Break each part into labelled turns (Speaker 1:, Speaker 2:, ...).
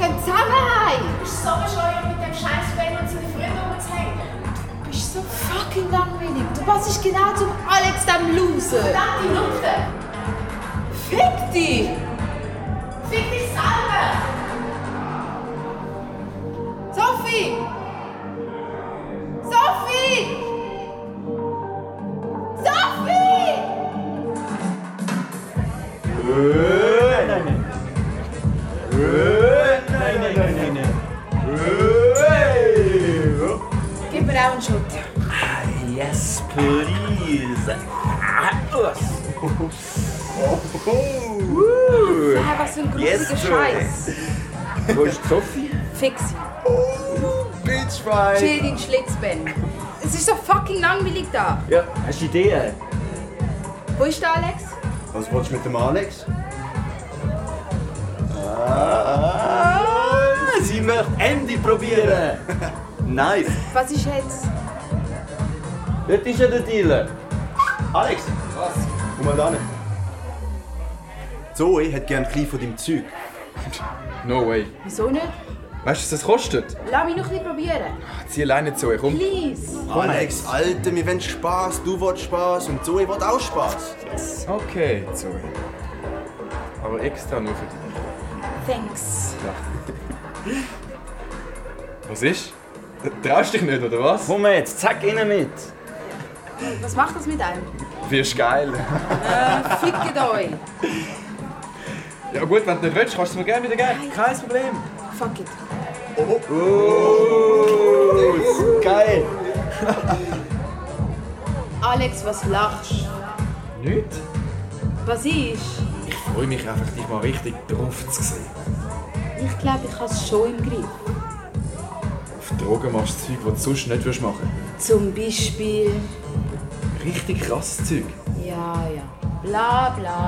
Speaker 1: Sarai!
Speaker 2: Du bist so bescheuert mit dem scheiß Wenn und seine Freunde um uns hängen.
Speaker 1: Du bist so fucking langweilig. Du passt dich genau zum Alex, dem Loser.
Speaker 2: Verdammte Nutte!
Speaker 1: Fick dich!
Speaker 2: Fick dich selber!
Speaker 1: Sophie! Sophie! Sophie! Gib mir auch einen Schutt.
Speaker 3: Yes, please.
Speaker 1: Ah, was für ein
Speaker 3: Yes,
Speaker 1: grusiger
Speaker 3: sir.
Speaker 1: Scheiß.
Speaker 3: Wo ist Sophie?
Speaker 1: Fix ihn.
Speaker 3: Bitch, right.
Speaker 1: Chill deinen Schlitzbein. Es ist so fucking langweilig da.
Speaker 3: Ja, hast du Ideen?
Speaker 1: Wo ist der Alex?
Speaker 3: Was willst du mit dem Alex? Sie möchte Andy probieren. nice.
Speaker 1: Was ist jetzt?
Speaker 3: Dort ist ja der Dealer. Alex. Was? Komm mal da hin. Zoe hat gern ein bisschen von deinem Zeug.
Speaker 4: No way.
Speaker 1: Wieso nicht?
Speaker 4: Weißt du, was das kostet?
Speaker 1: Lass mich noch nicht probieren.
Speaker 4: Zieh alleine zu, komm.
Speaker 1: Please.
Speaker 5: Alex, Alter, wir wollen Spaß, du willst Spaß und Zoe will auch Spaß.
Speaker 4: Okay, Zoe. Aber extra nur für dich.
Speaker 1: Thanks.
Speaker 4: Was ist? Traust dich nicht, oder was?
Speaker 3: Komm jetzt, zack, rein mit.
Speaker 1: Was macht das mit einem?
Speaker 4: Wirst geil.
Speaker 1: Fickt euch.
Speaker 4: Ja gut, wenn du nicht willst, kannst du es mir gerne wieder geben. Kein Problem.
Speaker 1: Fuck it.
Speaker 3: Geil.
Speaker 1: Alex, was lachst?
Speaker 4: Nicht?
Speaker 1: Was ist?
Speaker 4: Ich freue mich einfach, dich mal richtig drauf zu sehen.
Speaker 1: Ich glaube, ich habe es schon im Griff.
Speaker 4: Auf Drogen machst du Zeug, das du sonst nicht würdest machen
Speaker 1: Zum Beispiel.
Speaker 4: Richtig krasses Zeug.
Speaker 1: Ja, ja. Bla, bla,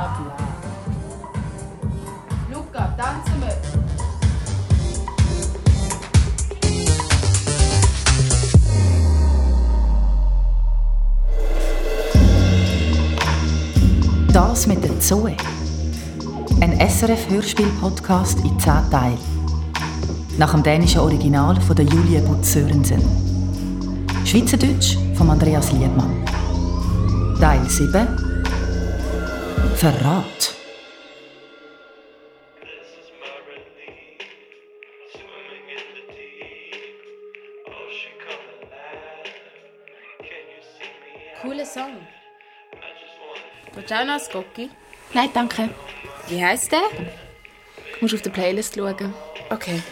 Speaker 1: bla. Luca, tanzen wir.
Speaker 6: Das mit der Zoe. Ein SRF-Hörspiel-Podcast in 10 Teilen. Nach dem dänischen Original von der Julie Butz-Sörensen. Schweizerdeutsch von Andreas Liebmann. Teil 7. Verrat.
Speaker 7: This is my relief, swimming in the deep. Oh, she come alive. Can you see me?
Speaker 8: Cooler Song.
Speaker 7: I just wanna
Speaker 8: Willst du auch noch ein Gocki?
Speaker 9: Nein, danke.
Speaker 8: Wie heisst der?
Speaker 9: Du musst auf der Playlist schauen.
Speaker 8: Okay.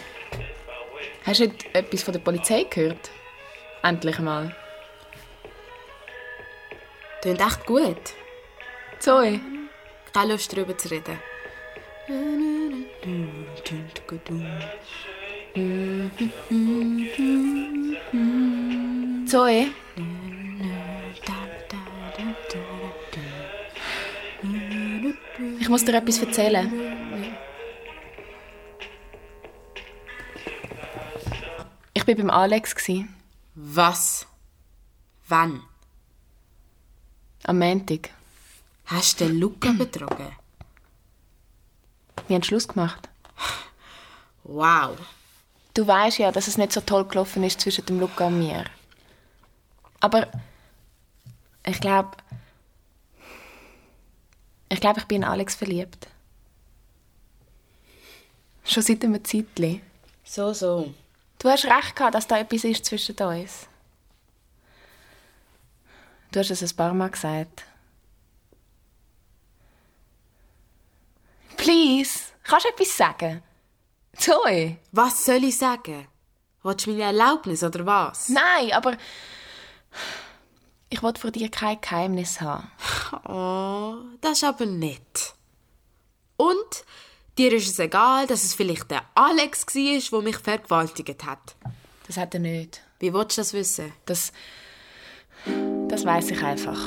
Speaker 9: Hast du heute etwas von der Polizei gehört? Endlich mal.
Speaker 8: Tönt echt gut.
Speaker 9: Zoe,
Speaker 8: Keine Lust, darüber zu reden.
Speaker 9: Zoe. Ich muss dir etwas erzählen. Ich war beim Alex. gewesen,
Speaker 8: Was? Wann?
Speaker 9: Am Montag.
Speaker 8: Hast du den Luca betrogen?
Speaker 9: Wir haben Schluss gemacht.
Speaker 8: Wow.
Speaker 9: Du weißt ja, dass es nicht so toll gelaufen ist zwischen dem Luca und mir. Aber ich glaube, ich glaube, ich bin in Alex verliebt. Schon seit einem Zeitli.
Speaker 8: So, so.
Speaker 9: Du hast recht gehabt, dass da etwas ist zwischen uns. Du hast es ein paar Mal gesagt. Please, kannst du etwas sagen? Zoe?
Speaker 8: Was soll ich sagen? Willst du meine Erlaubnis oder was?
Speaker 9: Nein, aber ich wollte vor dir kein Geheimnis haben.
Speaker 8: Oh, das ist aber nett. Und dir ist es egal, dass es vielleicht der Alex war, der mich vergewaltigt hat.
Speaker 9: Das hat er nicht.
Speaker 8: Wie willst du das wissen?
Speaker 9: Das, das weiß ich einfach.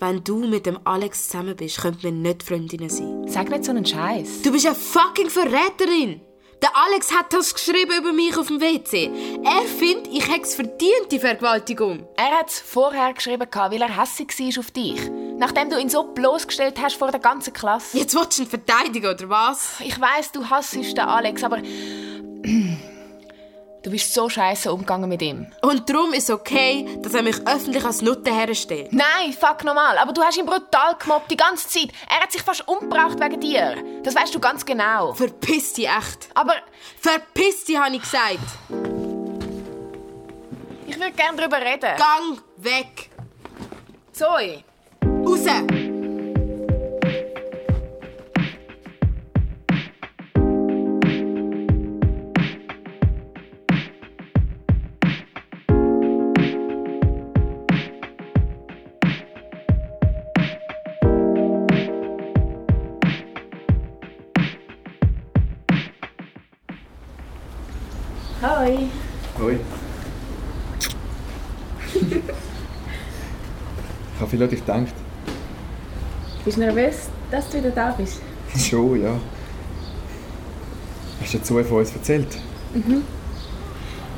Speaker 8: Wenn du mit dem Alex zusammen bist, könnten wir nicht Freundinnen sein.
Speaker 9: Sag nicht so einen Scheiß.
Speaker 8: Du bist eine fucking Verräterin! Der Alex hat das geschrieben über mich auf dem WC. Er findet, ich hätte es verdient, die Vergewaltigung.
Speaker 9: Er hat es vorher geschrieben, gehabt, weil er hässig war auf dich. Nachdem du ihn so bloßgestellt hast vor der ganzen Klasse.
Speaker 1: Jetzt willst du ihn verteidigen, oder was?
Speaker 9: Ich weiß, du hasst den Alex, aber du bist so scheiße umgegangen mit ihm.
Speaker 1: Und darum ist es okay, dass er mich öffentlich als Nutte herstellt.
Speaker 9: Nein, fuck normal, aber du hast ihn brutal gemobbt die ganze Zeit. Er hat sich fast umgebracht wegen dir. Das weißt du ganz genau.
Speaker 1: Verpiss dich echt.
Speaker 9: Aber
Speaker 1: Verpiss dich, habe ich gesagt.
Speaker 9: ich würde gerne darüber reden.
Speaker 1: Gang weg.
Speaker 9: Zoe,
Speaker 1: Raus.
Speaker 9: Hoi.
Speaker 4: Hoi. ich habe viel an dich gedacht.
Speaker 9: Bist du nervös, dass du wieder da bist?
Speaker 4: Schon, ja. Hast du dazu von uns erzählt?
Speaker 9: Mhm.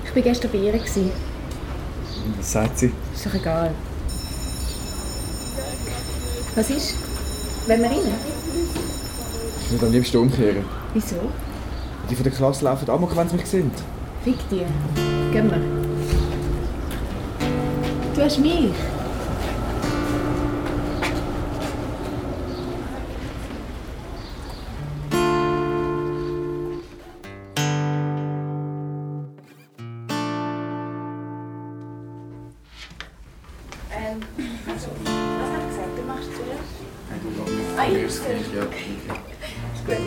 Speaker 9: Ich war gestern bei ihr. gewesen.
Speaker 4: Was sagt sie?
Speaker 9: Ist doch egal. Was ist? Wenn wir rein?
Speaker 4: Ich würde am liebsten umkehren.
Speaker 9: Wieso?
Speaker 4: Die von der Klasse laufen amok, wenn sie mich sehen.
Speaker 9: Fick dir. Gehen wir. Du hast mich.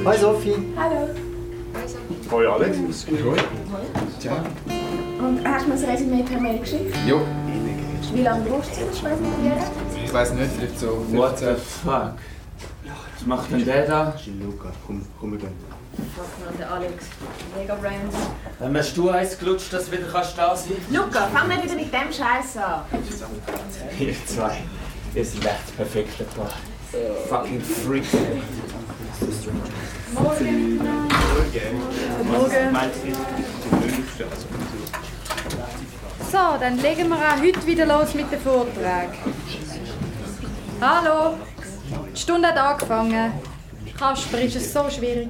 Speaker 10: Hi Sophie. Hallo. Hoi Alex.
Speaker 11: Und hast du mir das Resümee per Mail geschickt?
Speaker 4: Jo,
Speaker 11: Wie lange brauchst du das Resümee?
Speaker 4: ich weiß nicht, vielleicht so.
Speaker 3: What the fuck? Was macht denn der da?
Speaker 12: Luca, komm, komm, wir gehen.
Speaker 3: Dann hast du eins gelutscht, dass du wieder kannst da sein
Speaker 11: Luca, fang nicht wieder mit dem Scheiß an.
Speaker 3: Ihr zwei. Ihr seid echt das perfekte Paar. Fucking Freak.
Speaker 8: So, dann legen wir auch heute wieder los mit dem Vortrag. Hallo, die Stunde hat angefangen. Kasper, ist es so schwierig?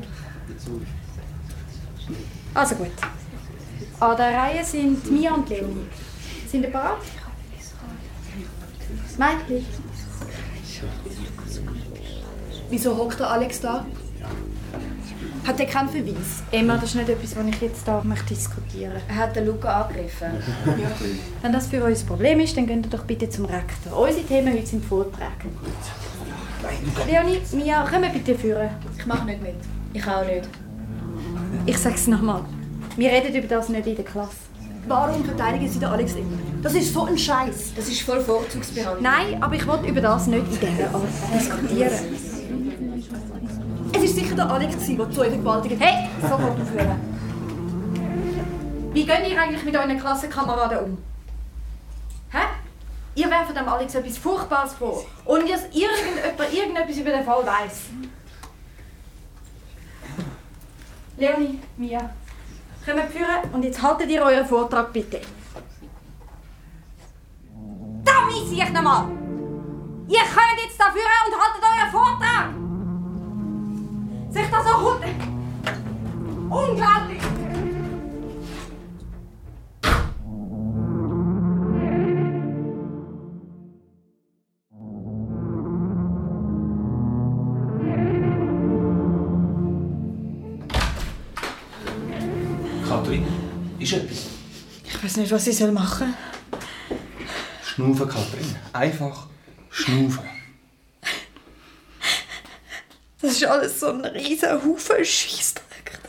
Speaker 8: Also gut. An der Reihe sind Mia und Leni. Sind ihr bereit? Meintlich. Wieso hockt der Alex da? Hat er keinen Verweis? Emma, das ist nicht etwas, was ich jetzt hier möchte diskutieren möchte. Hat der Luca angegriffen? Wenn das für euch ein Problem ist, dann geht ihr doch bitte zum Rektor. Unsere Themen heute sind Vorträge. Leonie, Mia, kommen bitte führen. Ich mache nicht mit. Ich auch nicht. Ich sag's nochmal. Wir reden über das nicht in der Klasse. Warum verteidigen Sie den Alex immer? Das ist so ein Scheiß. Das ist voll Vorzugsbehandlung. Nein, aber ich will über das nicht in dieser Art diskutieren. Es ist sicher der Alex, der zu euch gewaltigt Hey, sofort aufhören. Wie geht ihr eigentlich mit euren Klassenkameraden um? Hä? Ihr werft dem Alex etwas Furchtbares vor. Und dass irgendjemand irgendetwas über den Fall weiß. Leonie, Mia, kommt führen und jetzt haltet ihr euren Vortrag bitte. Da weiss ich nochmal! Ihr könnt jetzt da führen und haltet euren Vortrag! Sich das so gut... Unglaublich!
Speaker 3: Kathrin, ist etwas?
Speaker 13: Ich weiß nicht, was ich machen
Speaker 3: Schnaufen, Kathrin. Einfach schnaufen.
Speaker 13: soll. Das ist alles so ein riesen Haufen Scheissdreck.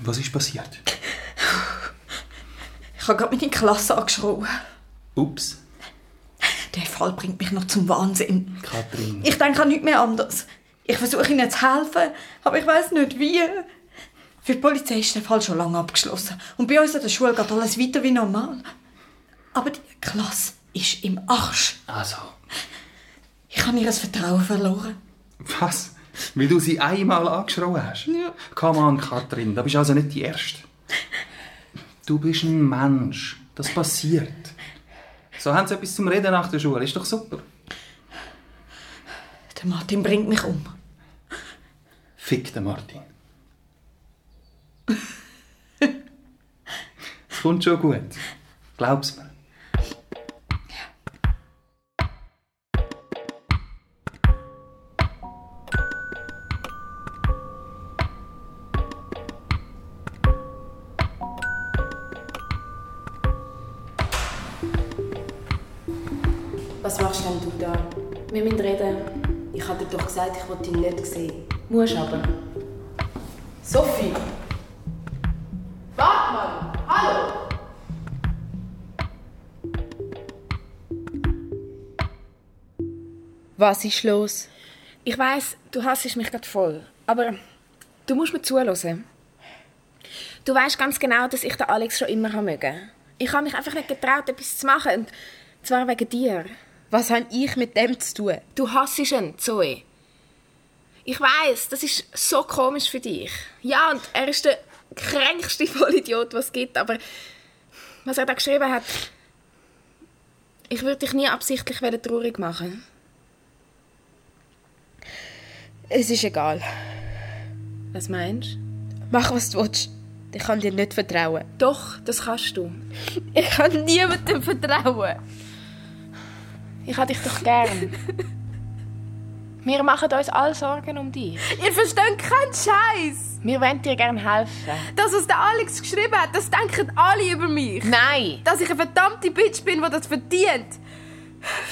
Speaker 3: Was ist passiert?
Speaker 13: Ich habe gerade meine Klasse angeschrien.
Speaker 3: Ups.
Speaker 13: Der Fall bringt mich noch zum Wahnsinn.
Speaker 3: Kathrin.
Speaker 13: Ich denke an nichts mehr anders. Ich versuche ihnen zu helfen, aber ich weiß nicht wie. Für die Polizei ist der Fall schon lange abgeschlossen. Und bei uns an der Schule geht alles weiter wie normal. Aber die Klasse ist im Arsch.
Speaker 3: Also.
Speaker 13: Ich habe ihr das Vertrauen verloren.
Speaker 3: Was? Weil du sie einmal angeschrien hast? Ja. Come on, Kathrin, da bist du also nicht die Erste. Du bist ein Mensch. Das passiert. So haben sie etwas zum Reden nach der Schule. Ist doch super.
Speaker 13: Der Martin bringt mich um.
Speaker 14: Fick den Martin. Es kommt schon gut. Glaub's mir.
Speaker 15: Was machst denn du da? Wir müssen reden. Ich habe dir doch gesagt, ich wollte dich nicht sehen. Musst aber. Sophie!
Speaker 16: Warte mal! Hallo!
Speaker 9: Was ist los? Ich weiß, du hasst mich gerade voll, aber du musst mir zuhören. Du weißt ganz genau, dass ich den Alex schon immer haben möge. Ich habe mich einfach nicht getraut, etwas zu machen, und zwar wegen dir. Was habe ich mit dem zu tun? Du hasst ihn, Zoe. Ich weiß, das ist so komisch für dich. Ja, und er ist der kränkste Vollidiot, was es gibt, aber was er da geschrieben hat, ich würde dich nie absichtlich wollen traurig machen. Es ist egal. Was meinst du? Mach, was du willst. Ich kann dir nicht vertrauen. Doch, das kannst du. Ich kann niemandem vertrauen. Ich habe dich doch gern. Wir machen uns alle Sorgen um dich.
Speaker 1: Ihr versteht keinen Scheiß.
Speaker 9: Wir wollen dir gerne helfen.
Speaker 1: Das, was der Alex geschrieben hat, das denken alle über mich.
Speaker 9: Nein.
Speaker 1: Dass ich eine verdammte Bitch bin, die das verdient.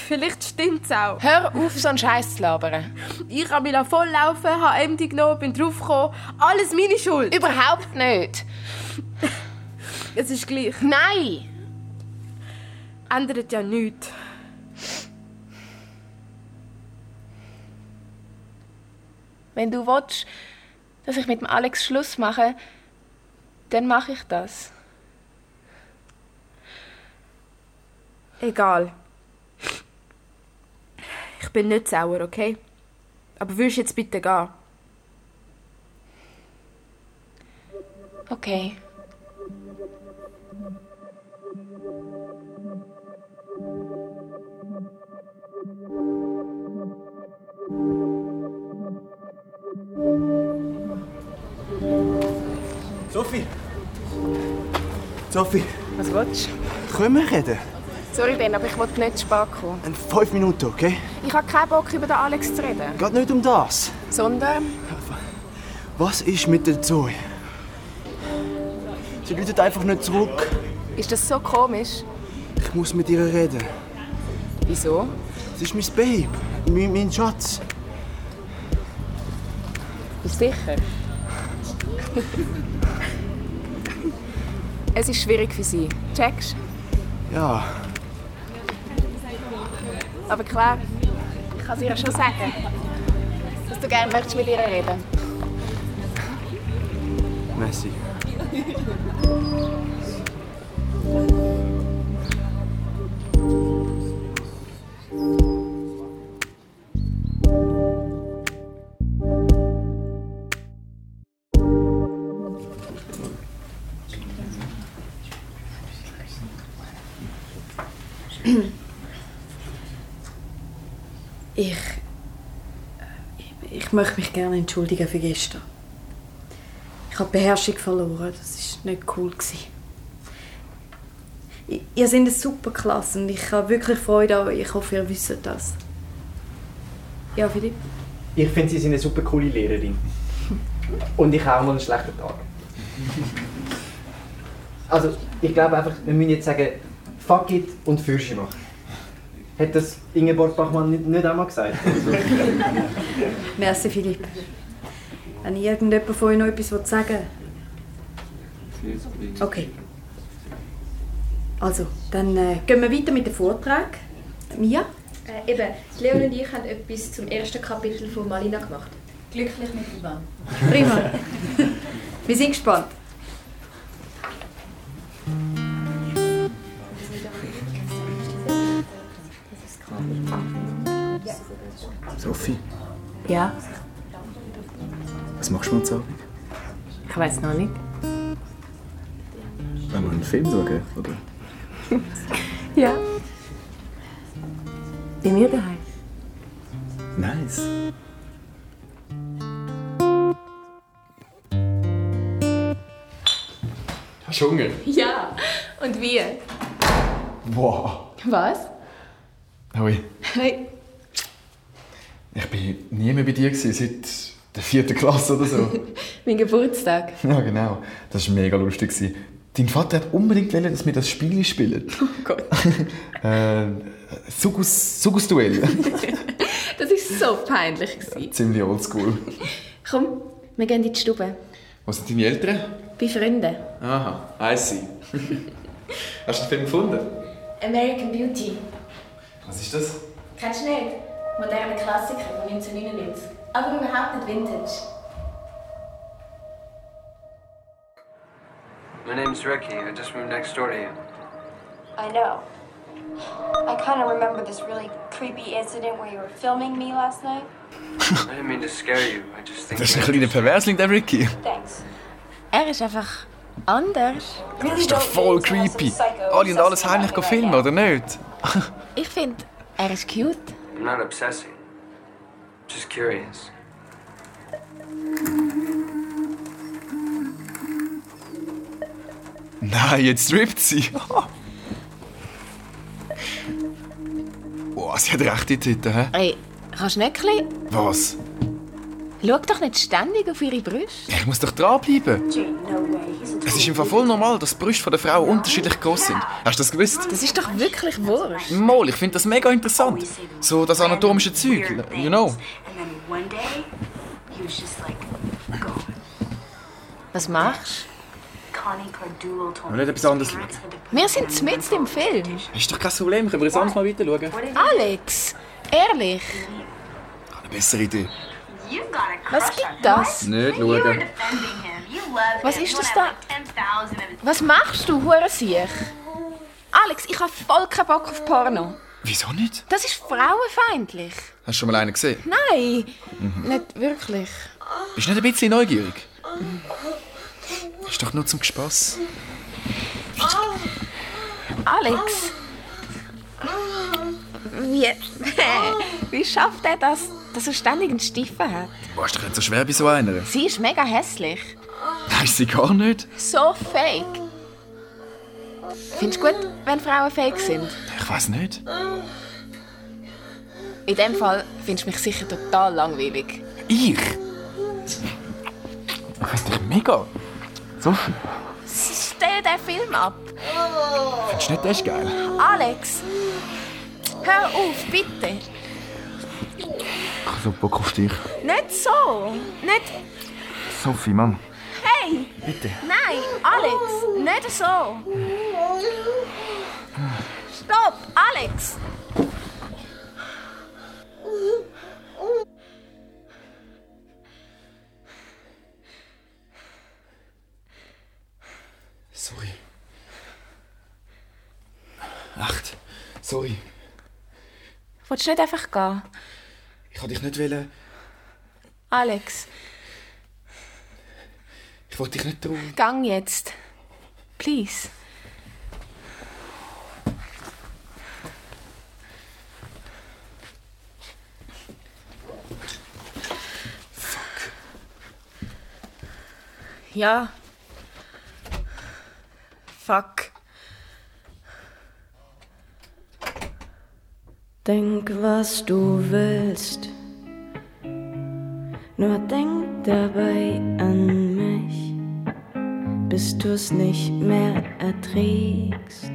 Speaker 1: Vielleicht stimmt's auch.
Speaker 9: Hör auf, so einen Scheiß zu labern.
Speaker 1: Ich habe mich volllaufen, habe MD genommen, bin draufgekommen. Alles meine Schuld.
Speaker 9: Überhaupt nicht.
Speaker 1: Es ist gleich.
Speaker 9: Nein.
Speaker 1: Ändert ja nichts.
Speaker 9: Wenn du willst, dass ich mit dem Alex Schluss mache, dann mache ich das.
Speaker 1: Egal. Ich bin nicht sauer, okay? Aber würdest jetzt bitte gehen?
Speaker 9: Okay.
Speaker 3: Sophie! Sophie!
Speaker 9: Was willst du?
Speaker 3: Können wir reden?
Speaker 9: Sorry, Ben, aber ich wollte nicht zu spät kommen.
Speaker 3: In fünf Minuten, okay?
Speaker 9: Ich habe keinen Bock, über den Alex zu reden.
Speaker 3: Geht nicht um das.
Speaker 9: Sondern...
Speaker 3: Was ist mit der Zoe? Sie läutet einfach nicht zurück.
Speaker 9: Ist das so komisch?
Speaker 3: Ich muss mit ihr reden.
Speaker 9: Wieso?
Speaker 3: Sie ist mein Babe. Mein, mein Schatz.
Speaker 9: Bist du sicher? es ist schwierig für sie. Checkst?
Speaker 3: Ja.
Speaker 9: Aber klar, ich kann es ihr schon sagen, dass du gerne möchtest mit ihr reden.
Speaker 3: Messi.
Speaker 13: Ich. Ich möchte mich gerne entschuldigen für gestern. Ich habe die Beherrschung verloren. Das war nicht cool. gewesen. I- Ihr seid eine super Klasse und ich habe wirklich Freude an euch. Ich hoffe, ihr wisst das. Ja, Philipp?
Speaker 17: Ich finde, Sie sind eine super coole Lehrerin. Und ich habe auch mal einen schlechten Tag. Also, ich glaube einfach, wir müssen jetzt sagen, fuck it und Fürsche machen. Hat das Ingeborg Bachmann nicht, nicht einmal gesagt?
Speaker 13: Merci, Philipp. Wenn irgendjemand von euch noch etwas sagen will. Okay. Also, dann äh, gehen wir weiter mit dem Vortrag. Mia?
Speaker 8: Äh, eben, Leon und ich haben etwas zum ersten Kapitel von Malina gemacht. Glücklich mit Ivan.
Speaker 13: Prima. Wir sind gespannt.
Speaker 18: Sophie,
Speaker 19: Ja,
Speaker 18: was machst du uns Abend?
Speaker 19: ich weiß noch nicht.
Speaker 18: Wollen wir einen Film schauen, oder?
Speaker 19: Ja. Bei mir daheim.
Speaker 20: Nice.
Speaker 4: Hast du Hunger?
Speaker 21: Ja, und wie?
Speaker 4: Wow.
Speaker 21: Was?
Speaker 4: Hoi.
Speaker 21: Hey.
Speaker 4: Ich bin nie mehr bei dir gewesen, seit der vierten Klasse oder so.
Speaker 21: Mein Geburtstag.
Speaker 4: ja, genau. Das war mega lustig. gewesen. Dein Vater hat unbedingt wollen, dass wir das Spiel spielen. Oh
Speaker 21: Gott.
Speaker 4: äh, Sugus, Sugus Duell.
Speaker 21: Das war so peinlich. gewesen.
Speaker 4: Ziemlich oldschool.
Speaker 21: Komm, wir gehen in die Stube.
Speaker 4: Wo sind deine Eltern?
Speaker 21: Bei Freunden.
Speaker 4: Aha, I see. Hast du den Film gefunden?
Speaker 2: American Beauty.
Speaker 4: Was ist das?
Speaker 2: Kennst du nicht? Moderne Klassiker von 1999. Aber überhaupt nicht Vintage.
Speaker 22: My name's Ricky. I just moved next door to you.
Speaker 23: I know. I kind of remember this really creepy incident where you were filming me last night.
Speaker 22: I didn't mean to scare you. I just think.
Speaker 4: Das ist ein kleiner Perversling, der Ricky.
Speaker 23: Thanks.
Speaker 9: Er ist einfach anders.
Speaker 4: Das ist doch voll creepy. Alle und alles heimlich filmen, oder nicht?
Speaker 9: Ich finde, er ist cute.
Speaker 22: I'm not obsessing. Just curious.
Speaker 4: Nein, jetzt strippt sie. Oh, sie hat rechte Titten, hä?
Speaker 9: Ey, kannst du nicht ein bisschen...
Speaker 4: Was?
Speaker 9: Schau doch nicht ständig auf ihre Brüste.
Speaker 4: Ich muss doch dranbleiben. Es ist im Fall voll normal, dass die Brüste von der Frau unterschiedlich groß sind. Hast du das gewusst?
Speaker 9: Das ist doch wirklich wurscht.
Speaker 4: Mol, ich finde das mega interessant. So das anatomische Zeug, you know.
Speaker 9: Was machst
Speaker 4: Aber nicht etwas anderes schauen.
Speaker 9: du? Wir sind mitten im Film.
Speaker 4: Ist doch kein Problem, können wir jetzt anders mal weiter schauen?
Speaker 9: Alex, ehrlich,
Speaker 4: Eine bessere Idee.
Speaker 9: was gibt das?
Speaker 4: Nicht schauen.
Speaker 9: Was ist das da? Was machst du, Hurensiech? Alex, ich habe voll keinen Bock auf Porno.
Speaker 4: Wieso nicht?
Speaker 9: Das ist frauenfeindlich.
Speaker 4: Hast du schon mal einen gesehen?
Speaker 9: Nein, nicht wirklich.
Speaker 4: Bist du nicht ein bisschen neugierig? Ist doch nur zum Spass.
Speaker 9: Alex. Wie, wie schafft er das, dass er ständig einen Stiefel hat?
Speaker 4: Boah, ist doch nicht so schwer bei so einer.
Speaker 9: Sie ist mega hässlich.
Speaker 4: Nein, ist sie gar nicht.
Speaker 9: So fake. Findest du gut, wenn Frauen fake sind?
Speaker 4: Ich weiß nicht.
Speaker 9: In dem Fall findest du mich sicher total langweilig.
Speaker 4: Ich? Ich finde dich mega. So schön.
Speaker 9: Stell den Film ab.
Speaker 4: Findest du nicht, das ist geil?
Speaker 9: Alex, hör auf, bitte.
Speaker 4: Ich hab so Bock auf dich.
Speaker 9: Nicht so. Nicht,
Speaker 4: Sophie, Mann.
Speaker 9: hey.
Speaker 4: Bitte.
Speaker 9: Nein, Alex, nicht so. Stopp, Alex.
Speaker 4: Sorry. Echt? Sorry.
Speaker 9: Willst du nicht einfach gehen?
Speaker 4: Ich wollte dich nicht wollen.
Speaker 9: Alex,
Speaker 4: Ich wollte dich nicht trauen.
Speaker 9: gang jetzt. Please. Fuck. Ja. Fuck.
Speaker 13: Denk, was du willst, nur denk dabei an mich, bis du's nicht mehr erträgst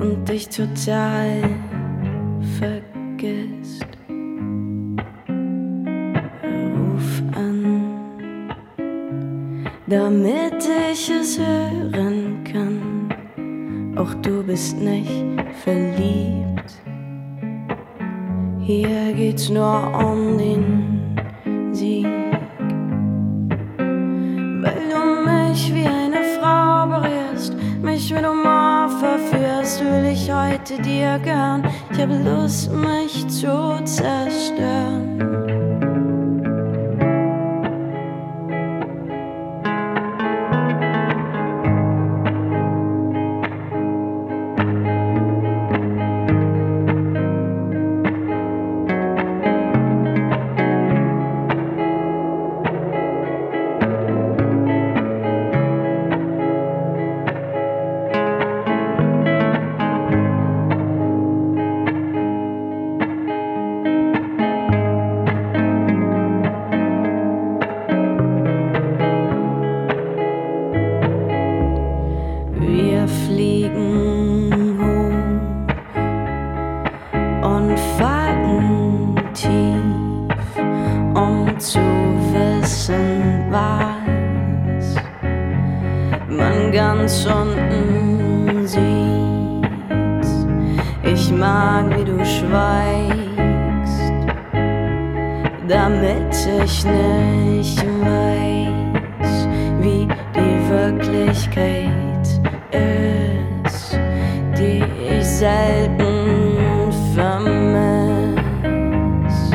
Speaker 13: und dich total vergisst. Ruf an, damit ich es hören kann, auch du bist nicht verliebt. Hier geht's nur um den Sieg. Weil du mich wie eine Frau berührst, mich mit Humor verführst, will ich heute dir gehören. Ich habe Lust, mich zu zerstören. um ganz unten sieht. Ich mag, wie du schweigst, damit ich nicht weiß, wie die Wirklichkeit ist, die ich selten vermiss.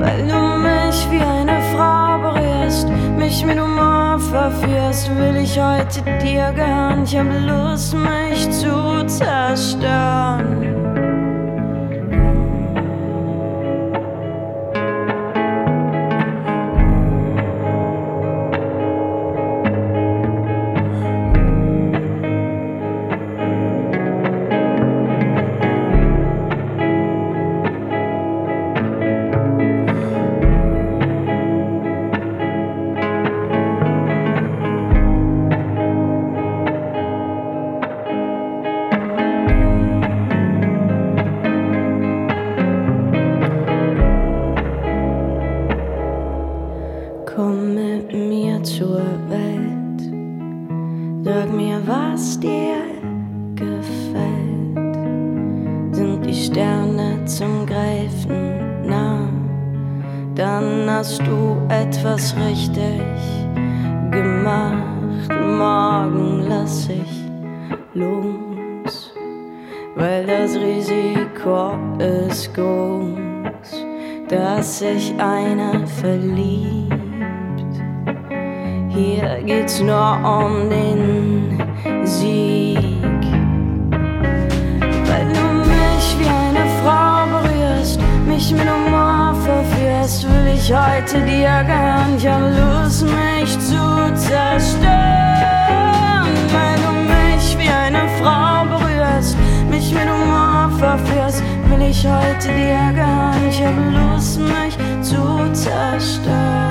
Speaker 13: Weil du mich wie eine Frau berührst, mich mit Humor verführst, will ich heute dir gehören. Ich hab Lust, mich zu zerstören. Komm mit mir zur Welt, sag mir, was dir gefällt. Sind die Sterne zum Greifen nah, dann hast du etwas richtig gemacht. Morgen lass ich los, weil das Risiko ist groß, dass sich einer verliebt. Hier geht's nur um den Sieg. Weil du mich wie eine Frau berührst, mich mit Humor verführst, will ich heute dir gehören. Ich hab Lust, mich zu zerstören. Weil du mich wie eine Frau berührst, mich mit Humor verführst, will ich heute dir gehören. Ich hab Lust, mich zu zerstören.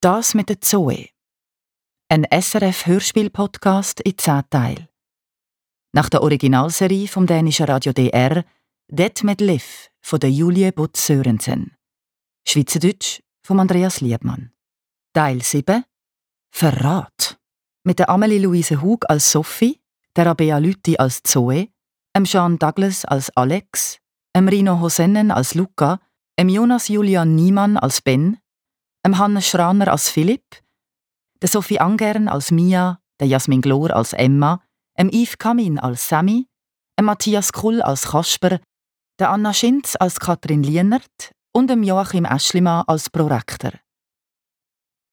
Speaker 6: Das mit der Zoe. Ein SRF-Hörspiel-Podcast in 10 Teilen. Nach der Originalserie vom dänischen Radio DR «Det med Liv» von der Julie Butz Sörensen. Schweizerdeutsch von Andreas Liebmann. Teil 7 «Verrat» mit der Amelie Louise Hug als Sophie, der Abea Lüthi als Zoe, dem Jean Douglas als Alex, dem Rino Hosennen als Luca, dem Jonas Julian Niemann als Ben, dem Hannes Schraner als Philipp, der Sophie Angern als Mia, der Jasmin Glor als Emma, dem Yves Kamin als Sammy, dem Matthias Kull als Kasper, der Anna Schinz als Katrin Lienert und dem Joachim Eschlimann als Prorektor.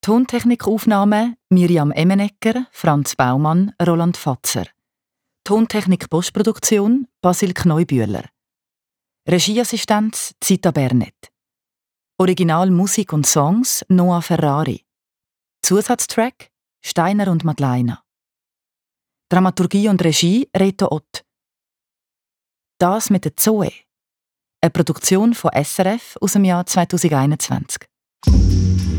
Speaker 6: Tontechnikaufnahme Miriam Emenecker, Franz Baumann, Roland Fatzer. Tontechnik Postproduktion Basil Kneubühler. Regieassistenz Zita Bernet. Original Musik und Songs Noah Ferrari. Zusatztrack Steiner und Madleina. Dramaturgie und Regie Reto Ott. Das mit der Zoe. Eine Produktion von SRF aus dem Jahr 2021.